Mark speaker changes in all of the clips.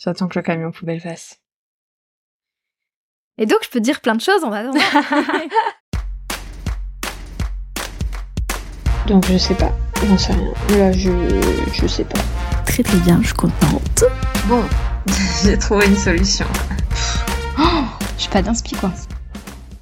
Speaker 1: J'attends que le camion poubelle passe.
Speaker 2: Et donc, je peux dire plein de choses, on va voir.
Speaker 3: Donc je sais pas, j'en sais rien. Là je, je sais pas.
Speaker 4: Très très bien, je suis contente.
Speaker 5: Bon, j'ai trouvé une solution.
Speaker 6: Je suis pas d'inspi quoi.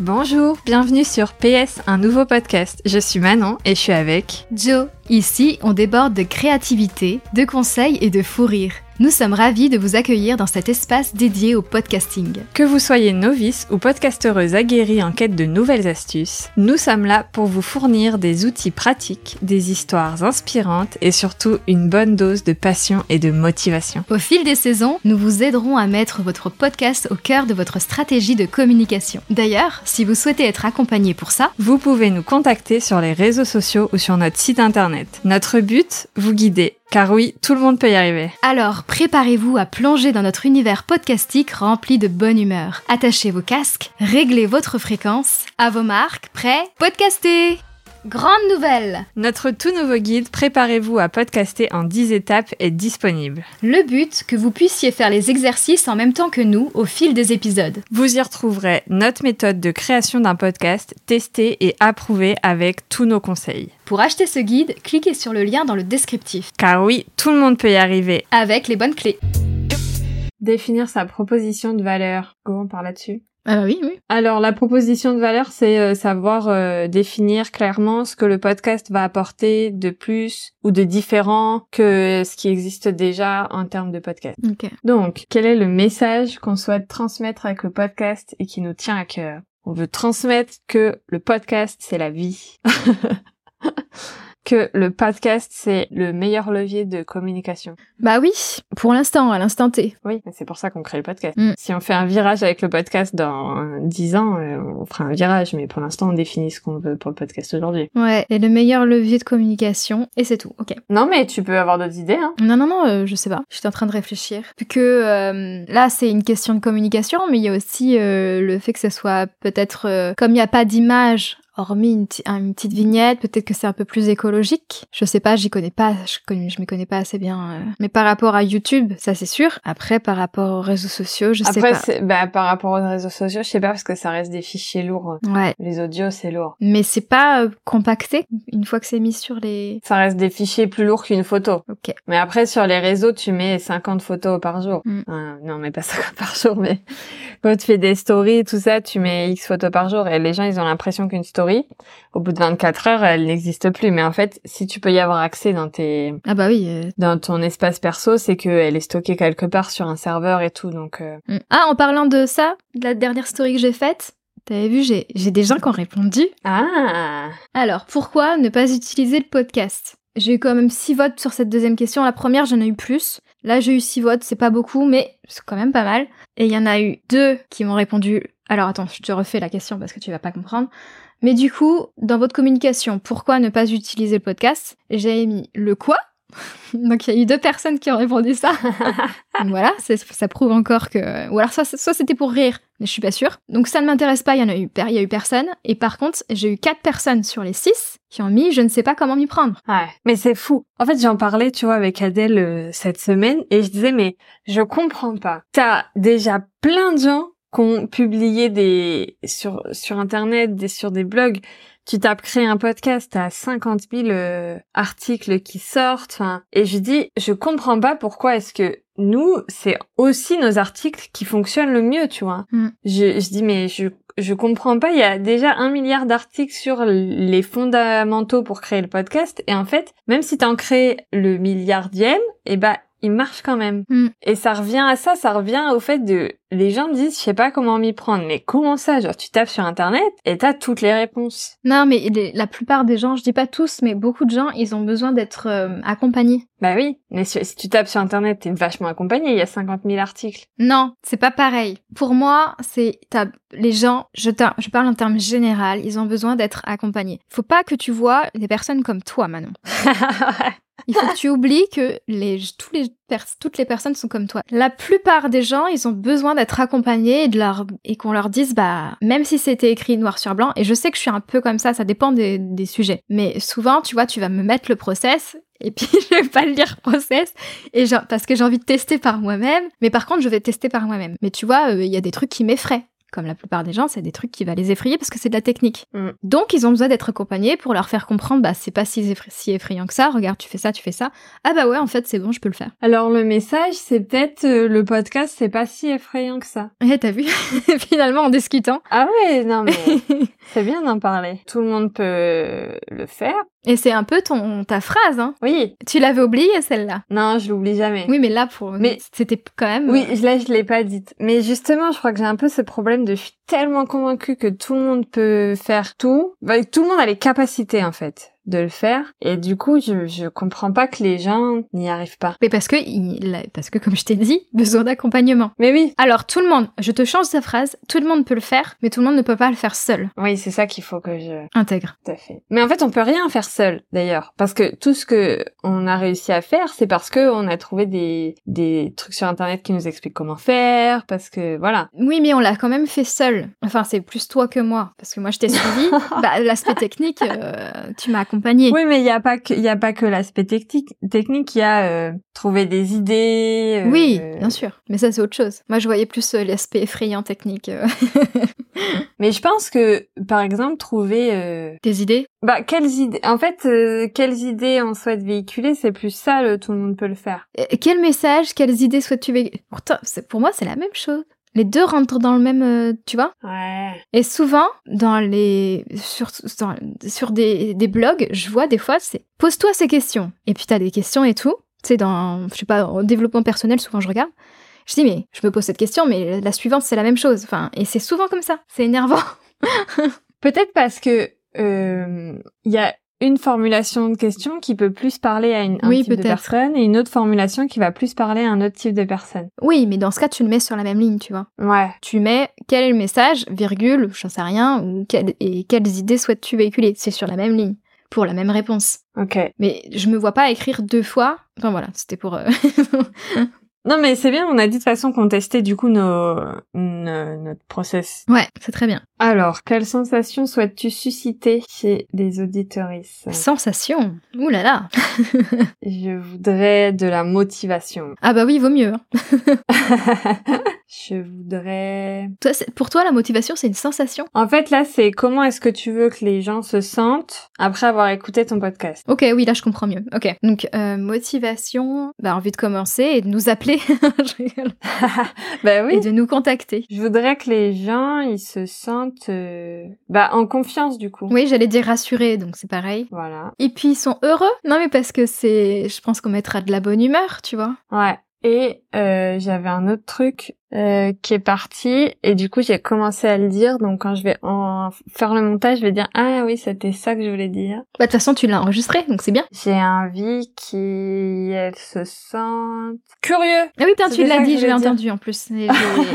Speaker 2: Bonjour, bienvenue sur PS, un nouveau podcast. Je suis Manon et je suis avec.
Speaker 7: Joe, ici on déborde de créativité, de conseils et de fou rire. Nous sommes ravis de vous accueillir dans cet espace dédié au podcasting.
Speaker 1: Que vous soyez novice ou podcastereuse aguerrie en quête de nouvelles astuces, nous sommes là pour vous fournir des outils pratiques, des histoires inspirantes et surtout une bonne dose de passion et de motivation.
Speaker 7: Au fil des saisons, nous vous aiderons à mettre votre podcast au cœur de votre stratégie de communication. D'ailleurs, si vous souhaitez être accompagné pour ça,
Speaker 1: Vous pouvez nous contacter sur les réseaux sociaux ou sur notre site internet. Notre but, vous guider, car oui, tout le monde peut y arriver.
Speaker 7: alors préparez-vous à plonger dans notre univers podcastique rempli de bonne humeur. Attachez vos casques, réglez votre fréquence, à vos marques, prêts, podcastez Grande nouvelle
Speaker 1: Notre tout nouveau guide Préparez-vous à podcaster en 10 étapes est disponible.
Speaker 7: Le but, que vous puissiez faire les exercices en même temps que nous au fil des épisodes.
Speaker 1: Vous y retrouverez notre méthode de création d'un podcast testée et approuvée avec tous nos conseils.
Speaker 7: Pour acheter ce guide, cliquez sur le lien dans le descriptif,
Speaker 1: Car oui, tout le monde peut y arriver.
Speaker 7: avec les bonnes clés.
Speaker 1: Définir sa proposition de valeur. Comment on parle là-dessus
Speaker 6: Ah bah oui, oui.
Speaker 1: Alors la proposition de valeur, c'est euh, savoir euh, définir clairement ce que le podcast va apporter de plus ou de différent que ce qui existe déjà en termes de podcast.
Speaker 6: Ok.
Speaker 1: Donc, quel est le message qu'on souhaite transmettre avec le podcast et qui nous tient à cœur On veut transmettre que le podcast, c'est la vie. que le podcast, c'est le meilleur levier de communication.
Speaker 6: Bah oui, pour l'instant, à l'instant T.
Speaker 1: Oui, mais c'est pour ça qu'on crée le podcast.
Speaker 6: Mm.
Speaker 1: Si on fait un virage avec le podcast dans 10 ans, euh, on fera un virage, mais pour l'instant, on définit ce qu'on veut pour le podcast aujourd'hui.
Speaker 6: Ouais, et le meilleur levier de communication, et c'est tout, ok.
Speaker 1: Non, mais tu peux avoir d'autres idées, hein
Speaker 6: Non, non, non, euh, je sais pas, j'étais en train de réfléchir. Vu que euh, là, c'est une question de communication, mais il y a aussi euh, le fait que ce soit peut-être, euh, comme il n'y a pas d'image, hormis une, ti- une petite vignette, peut-être que c'est un peu plus écologique. Je sais pas, j'y connais pas, je, connais, je m'y connais pas assez bien. euh. Mais par rapport à YouTube, ça c'est sûr. Après, par rapport aux réseaux sociaux, je
Speaker 1: Après,
Speaker 6: sais
Speaker 1: c'est- bah, par rapport aux réseaux sociaux, je sais pas, parce que ça reste des fichiers lourds.
Speaker 6: pas. Ouais.
Speaker 1: Les audios, c'est lourd.
Speaker 6: Mais c'est pas euh, compacté une fois que c'est mis sur les.
Speaker 1: Ça reste des fichiers plus lourds qu'une photo.
Speaker 6: Ok.
Speaker 1: Mais après, sur les réseaux, tu mets 50 photos par jour.
Speaker 6: Mm.
Speaker 1: Euh, non, mais pas 50 par jour, mais quand tu fais des stories et tout ça, tu mets X photos par jour. Et les gens, ils ont l'impression qu'une story, au bout de 24 heures, elle n'existe plus. Mais en fait, si tu peux y avoir accès dans tes,
Speaker 6: Ah bah oui. euh.
Speaker 1: dans ton espace perso, c'est qu'elle est stockée quelque part sur un serveur et tout. Donc, euh,
Speaker 6: Mm. Ah, en parlant de ça, de la dernière story que j'ai faite, t'avais vu, j'ai j'ai des gens qui ont répondu.
Speaker 1: ah!
Speaker 6: Alors, pourquoi ne pas utiliser le podcast J'ai eu quand même 6 votes sur cette deuxième question. La première, j'en ai eu plus. Là, j'ai eu 6 votes, c'est pas beaucoup, mais c'est quand même pas mal. Et il y en a eu deux qui m'ont répondu. Alors attends, je te refais la question parce que tu vas pas comprendre. Mais du coup, dans votre communication, pourquoi ne pas utiliser le podcast J'ai mis le quoi Donc il y a eu deux personnes qui ont répondu ça. Donc voilà, c'est- ça prouve encore que... Ou alors soit, soit c'était pour rire, mais je suis pas sûre. Donc ça ne m'intéresse pas, il y en a eu, per- il y a eu personne. Et par contre, j'ai eu quatre personnes sur les six qui ont mis je ne sais pas comment m'y prendre.
Speaker 1: Ouais. Mais c'est fou. En fait, j'en parlais, tu vois, avec Adèle euh, cette semaine et je disais, mais je comprends pas. T'as déjà plein de gens qui ont publié des, sur, sur Internet, des, sur des blogs. Tu tapes créer un podcast, t'as 50 000 euh, articles qui sortent. Enfin, et je dis, je comprends pas pourquoi est-ce que nous, c'est aussi nos articles qui fonctionnent le mieux, tu vois.
Speaker 6: Mm.
Speaker 1: Je, je dis, mais je, je comprends pas, il y a déjà un milliard d'articles sur les fondamentaux pour créer le podcast, et en fait, même si t'en crées le milliardième, eh ben, il marche quand même.
Speaker 6: Mm.
Speaker 1: Et ça revient à ça, ça revient au fait de, les gens me disent, je sais pas comment m'y prendre, mais comment ça? Genre, tu tapes sur Internet, et t'as toutes les réponses.
Speaker 6: Non, mais les- la plupart des gens, je dis pas tous, mais beaucoup de gens, ils ont besoin d'être euh, accompagnés.
Speaker 1: Bah oui, mais si, si tu tapes sur Internet, t'es vachement accompagné, il y a 50 000 articles.
Speaker 6: Non, c'est pas pareil. Pour moi, c'est t'as- les gens, je, t'in- je parle en termes général, ils ont besoin d'être accompagnés. Faut pas que tu vois des personnes comme toi, Manon. Il faut que tu oublies que les, tous les pers- toutes les personnes sont comme toi. La plupart des gens, ils ont besoin d'être accompagnés et, de leur, et qu'on leur dise, bah, même si c'était écrit noir sur blanc, et je sais que je suis un peu comme ça, ça dépend des, des sujets. Mais souvent, tu vois, tu vas me mettre le process et puis je vais pas le lire process et genre, parce que j'ai envie de tester par moi-même. Mais par contre, je vais tester par moi-même. Mais tu vois, il euh, y a des trucs qui m'effraient. Comme la plupart des gens, c'est des trucs qui va les effrayer parce que c'est de la technique.
Speaker 1: Mm.
Speaker 6: Donc, ils ont besoin d'être accompagnés pour leur faire comprendre, bah, c'est pas si, effra- si effrayant que ça. Regarde, tu fais ça, tu fais ça. Ah bah ouais, en fait, c'est bon, je peux le faire.
Speaker 1: Alors le message, c'est peut-être euh, le podcast, c'est pas si effrayant que ça.
Speaker 6: Et t'as vu Finalement, en discutant.
Speaker 1: Ah ouais, non mais c'est bien d'en parler. Tout le monde peut le faire.
Speaker 6: Et c'est un peu ton ta phrase, hein.
Speaker 1: Oui.
Speaker 6: Tu l'avais oubliée celle-là.
Speaker 1: Non, je l'oublie jamais.
Speaker 6: Oui, mais là pour
Speaker 1: Mais-
Speaker 6: c'était quand même
Speaker 1: Oui, je- là, je l'ai pas dite. Mais justement, je crois que j'ai un peu ce problème de je suis tellement convaincue que tout le monde peut faire tout. Bah, tout le monde a les capacités, en fait, de le faire. Et du coup, je, je comprends pas que les gens n'y arrivent pas.
Speaker 6: Mais parce que il a- parce que comme je t'ai dit, besoin d'accompagnement.
Speaker 1: Mais oui.
Speaker 6: Alors tout le monde, je te change sa phrase, tout le monde peut le faire, mais tout le monde ne peut pas le faire seul.
Speaker 1: Oui, c'est ça qu'il faut que je...
Speaker 6: Intègre.
Speaker 1: Tout à fait. Mais en fait, on peut rien faire seul, d'ailleurs. Parce que tout ce que on a réussi à faire, c'est parce que on a trouvé des, des trucs sur Internet qui nous expliquent comment faire, parce que, voilà.
Speaker 6: Oui, mais on l'a quand même fait seul. Enfin, c'est plus toi que moi, parce que moi je t'ai suivi. bah, l'aspect technique, euh, tu m'as accompagné.
Speaker 1: Oui, mais il y a pas que il y a pas que l'aspect technique. Technique, il y a euh, trouver des idées. euh,
Speaker 6: Oui, bien sûr. Mais ça, c'est autre chose. Moi, je voyais plus euh, l'aspect effrayant technique. euh,
Speaker 1: Mais je pense que par exemple trouver euh,
Speaker 6: Des idées
Speaker 1: bah quelles idées en fait euh, quelles idées on souhaite véhiculer, c'est plus ça le tout le monde peut le faire.
Speaker 6: Et Quel message, quelles idées souhaites-tu véhiculer Pourtant, c'est- pour moi, c'est la même chose. Les deux rentrent dans le même, euh, tu vois
Speaker 1: Ouais.
Speaker 6: Et souvent, dans les sur, dans- sur des, des blogs, je vois des fois, c'est pose-toi ces questions. Et puis t'as des questions et tout. Tu sais, dans, je sais pas, en développement personnel, souvent je regarde. Je dis, mais je me pose cette question, mais la suivante, c'est la même chose. Enfin, et c'est souvent comme ça. C'est énervant.
Speaker 1: Peut-être parce que euh, il y a une formulation de question qui peut plus parler à une, un
Speaker 6: Oui,
Speaker 1: type de
Speaker 6: peut-être.
Speaker 1: personne et une autre formulation qui va plus parler à un autre type de personne.
Speaker 6: Oui, mais dans ce cas, tu le mets sur la même ligne, tu vois.
Speaker 1: Ouais.
Speaker 6: Tu mets quel est le message, virgule, j'en sais rien, ou quel- et quelles idées souhaites-tu véhiculer. C'est sur la même ligne, pour la même réponse.
Speaker 1: Ok.
Speaker 6: Mais je me vois pas écrire deux fois. Enfin voilà, c'était pour. euh,
Speaker 1: Non mais c'est bien, on a dit de façon qu'on testait du coup nos, nos- notre process.
Speaker 6: ouais, c'est très bien.
Speaker 1: Alors, quelle sensation souhaites-tu susciter chez les auditorices
Speaker 6: Sensation. Ouh là là.
Speaker 1: Je voudrais de la motivation.
Speaker 6: Ah bah oui, vaut mieux. hein.
Speaker 1: Je voudrais...
Speaker 6: Toi, c'est- pour toi, la motivation, c'est une sensation.
Speaker 1: En fait, là, c'est comment est-ce que tu veux que les gens se sentent après avoir écouté ton podcast
Speaker 6: Ok, oui, là, je comprends mieux. Ok. Donc, euh, motivation, bah, envie de commencer et de nous appeler. Je rigole.
Speaker 1: Bah
Speaker 6: Et de nous contacter.
Speaker 1: Je voudrais que les gens, ils se sentent euh, bah, en confiance du coup.
Speaker 6: Oui, j'allais dire rassurer, donc c'est pareil.
Speaker 1: Voilà.
Speaker 6: Et puis, ils sont heureux. Non, mais parce que c'est. Je pense qu'on mettra de la bonne humeur, tu vois.
Speaker 1: Ouais. Et euh, j'avais un autre truc euh, qui est parti et du coup j'ai commencé à le dire. Donc quand je vais en faire le montage, je vais dire ah oui c'était ça que je voulais dire.
Speaker 6: Bah, de toute façon, tu l'as enregistré, donc c'est bien.
Speaker 1: J'ai envie qu'elles se sentent curieux
Speaker 6: Ah oui, putain,
Speaker 1: C'est
Speaker 6: tu
Speaker 1: ça
Speaker 6: l'as
Speaker 1: que
Speaker 6: dit,
Speaker 1: je
Speaker 6: je l'ai
Speaker 1: voulais dire.
Speaker 6: entendu en plus. Et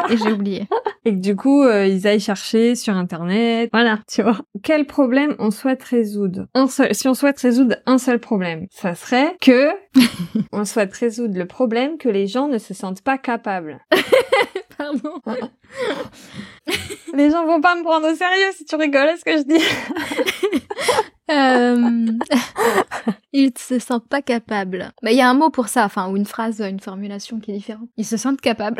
Speaker 6: j'ai- et j'ai oublié.
Speaker 1: et que du coup euh, ils aillent chercher sur internet. Voilà, tu vois. Quel problème on souhaite résoudre Un seul. Si on souhaite résoudre un seul problème, ça serait que on souhaite résoudre le problème que les gens ne se sentent pas capables.
Speaker 6: Pardon.
Speaker 1: Les gens vont pas me prendre au sérieux si tu rigoles à ce que je dis.
Speaker 6: Euh... ils se sentent pas capables. Bah, il y a un mot pour ça, enfin, ou une phrase, une formulation qui est différente. Ils se sentent capables.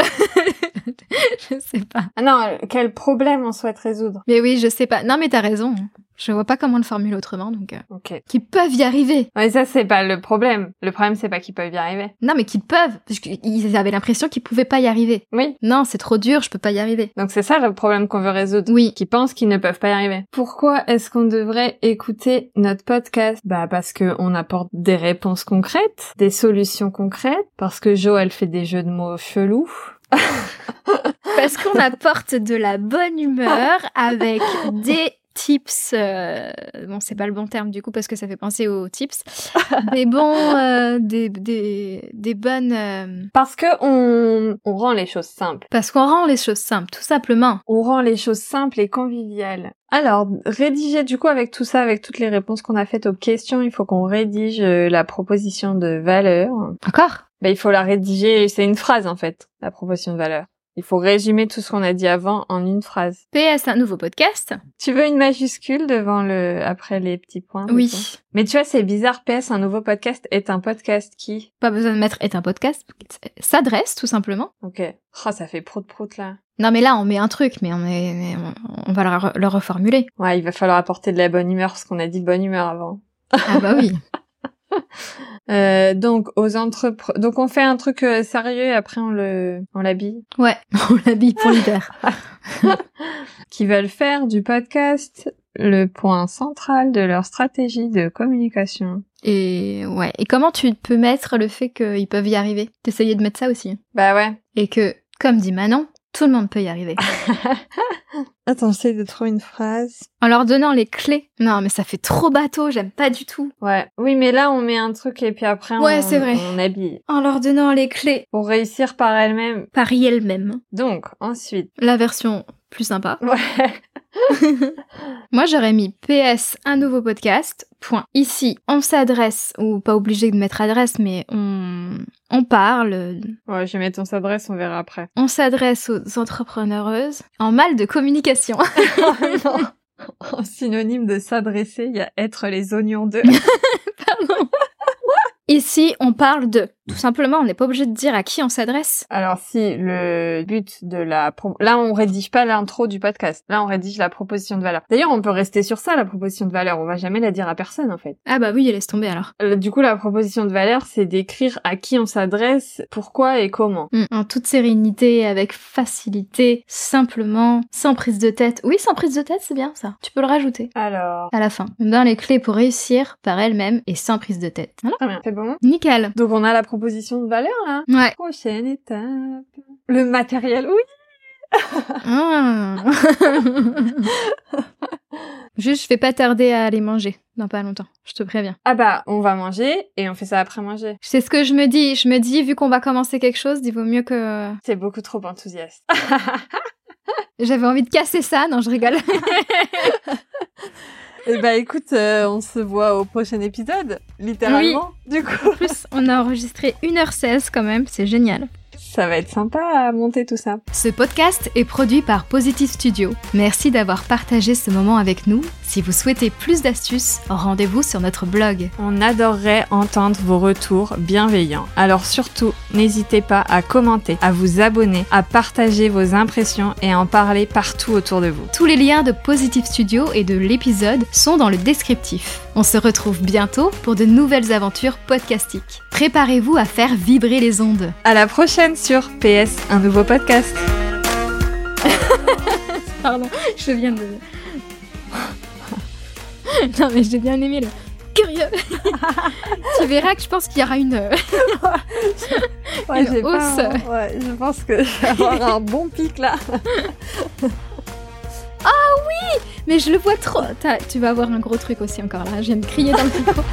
Speaker 6: je sais pas.
Speaker 1: Ah non, quel problème on souhaite résoudre
Speaker 6: Mais oui, je sais pas. Non, mais t'as raison. Je vois pas comment le formuler autrement, donc. euh,
Speaker 1: Ok.
Speaker 6: Qu'ils peuvent y arriver.
Speaker 1: Mais ça c'est pas le problème. Le problème c'est pas qu'ils peuvent y arriver.
Speaker 6: Non, mais qu'ils peuvent. Parce qu'ils avaient l'impression qu'ils pouvaient pas y arriver.
Speaker 1: Oui.
Speaker 6: Non, c'est trop dur, je peux pas y arriver.
Speaker 1: Donc c'est ça le problème qu'on veut résoudre.
Speaker 6: Oui.
Speaker 1: qui pensent qu'ils ne peuvent pas y arriver. Pourquoi est-ce qu'on devrait écouter notre podcast Bah parce que on apporte des réponses concrètes, des solutions concrètes, parce que Jo elle fait des jeux de mots chelous.
Speaker 6: Parce qu'on apporte de la bonne humeur avec des tips. euh, bon, c'est pas le bon terme du coup parce que ça fait penser aux tips. Des bons, euh, des, des, des bonnes. euh,
Speaker 1: Parce que on, on rend les choses simples.
Speaker 6: parce qu'on rend les choses simples, tout simplement.
Speaker 1: On rend les choses simples et conviviales. Alors, rédiger du coup avec tout ça, avec toutes les réponses qu'on a faites aux questions, il faut qu'on rédige euh, la proposition de valeur. Ben,
Speaker 6: Encore
Speaker 1: Bah, il faut la rédiger, c'est une phrase en fait, la proposition de valeur. Il faut résumer tout ce qu'on a dit avant en une phrase.
Speaker 6: PS, un nouveau podcast.
Speaker 1: Tu veux une majuscule devant le, après les petits points
Speaker 6: Oui.
Speaker 1: plutôt Mais tu vois, c'est bizarre. PS, un nouveau podcast est un podcast qui.
Speaker 6: Pas besoin de mettre est un podcast. S'adresse, tout simplement.
Speaker 1: Ok. Oh, ça fait prout prout là.
Speaker 6: Non, mais là, on met un truc, mais on, met- mais on, on va le, re- le reformuler.
Speaker 1: Ouais, il va falloir apporter de la bonne humeur parce qu'on a dit bonne humeur avant.
Speaker 6: Ah bah oui.
Speaker 1: Euh, donc aux entrepreneurs. Donc on fait un truc euh, sérieux et après on le, on l'habille.
Speaker 6: Ouais, on l'habille pour l'hiver.
Speaker 1: qui veulent faire du podcast le point central de leur stratégie de communication.
Speaker 6: Et ouais. Et comment tu peux mettre le fait qu'ils peuvent y arriver T'essayais de mettre ça aussi.
Speaker 1: Bah ouais.
Speaker 6: Et que, comme dit Manon, tout le monde peut y arriver.
Speaker 1: Attends, j'essaie de trouver une phrase.
Speaker 6: En leur donnant les clés. Non, mais ça fait trop bateau, j'aime pas du tout.
Speaker 1: Ouais. Oui, mais là on met un truc et puis après
Speaker 6: Ouais,
Speaker 1: on,
Speaker 6: c'est vrai.
Speaker 1: on habille
Speaker 6: En leur donnant les clés.
Speaker 1: pour réussir par elle-même.
Speaker 6: Paris elle-même.
Speaker 1: Donc ensuite,
Speaker 6: La version plus sympa.
Speaker 1: ouais.
Speaker 6: Moi, j'aurais mis PS, un nouveau podcast. Point. Ici, on s'adresse, ou pas obligé de mettre adresse, mais on, on parle,
Speaker 1: Ouais, je vais mettre on s'adresse, on verra après.
Speaker 6: on s'adresse aux entrepreneureuses en mal de communication.
Speaker 1: Oh non. En synonyme de s'adresser, il y a être les oignons d'eux.
Speaker 6: Ici, on parle de. Tout simplement, on n'est pas obligé de dire à qui on s'adresse.
Speaker 1: Alors si le but de la pro- là on rédige pas l'intro du podcast, là on rédige la proposition de valeur. D'ailleurs on peut rester sur ça la proposition de valeur, on va jamais la dire à personne en fait.
Speaker 6: Ah bah oui, laisse tomber alors.
Speaker 1: Euh, Du coup la proposition de valeur c'est d'écrire à qui on s'adresse, pourquoi et comment.
Speaker 6: Mm. En toute sérénité, avec facilité, simplement, sans prise de tête. Oui, sans prise de tête, c'est bien ça. Tu peux le rajouter.
Speaker 1: Alors
Speaker 6: À la fin. On donne les clés pour réussir par elle-même et sans prise de tête. Voilà.
Speaker 1: très bien, c'est bon.
Speaker 6: Nickel.
Speaker 1: Donc on a la proposition de valeur là.
Speaker 6: Ouais.
Speaker 1: Prochaine étape. Le matériel, oui.
Speaker 6: Ah. Juste, je vais pas tarder à aller manger dans pas longtemps. Je te préviens.
Speaker 1: Ah bah on va manger et on fait ça après manger.
Speaker 6: C'est ce que je me dis. Je me dis, vu qu'on va commencer quelque chose, il vaut mieux que.
Speaker 1: C'est beaucoup trop enthousiaste.
Speaker 6: J'avais envie de casser ça. Non, je rigole.
Speaker 1: Eh bah écoute, euh, on se voit au prochain épisode, littéralement. Du coup.
Speaker 6: En plus, on a enregistré 1h16 quand même, c'est génial.
Speaker 1: Ça va être sympa à monter tout ça.
Speaker 7: Ce podcast est produit par Positive Studio. Merci d'avoir partagé ce moment avec nous. Si vous souhaitez plus d'astuces, rendez-vous sur notre blog.
Speaker 2: On adorerait entendre vos retours bienveillants. Alors surtout, n'hésitez pas à commenter, à vous abonner, à partager vos impressions et à en parler partout autour de vous.
Speaker 7: Tous les liens de Positive Studio et de l'épisode sont dans le descriptif. On se retrouve bientôt pour de nouvelles aventures podcastiques. Préparez-vous à faire vibrer les ondes.
Speaker 2: À la prochaine sur PS, un nouveau podcast.
Speaker 6: Pardon, je viens de. non, mais j'ai bien aimé le. Curieux Tu verras que je pense qu'il y aura une. euh,
Speaker 1: Ouais,
Speaker 6: Une
Speaker 1: j'ai pas
Speaker 6: hausse.
Speaker 1: un- ouais, je pense que je vais avoir un bon pic là.
Speaker 6: Mais je le vois trop T'as- Tu vas avoir un gros truc aussi encore là, je viens de crier dans le micro.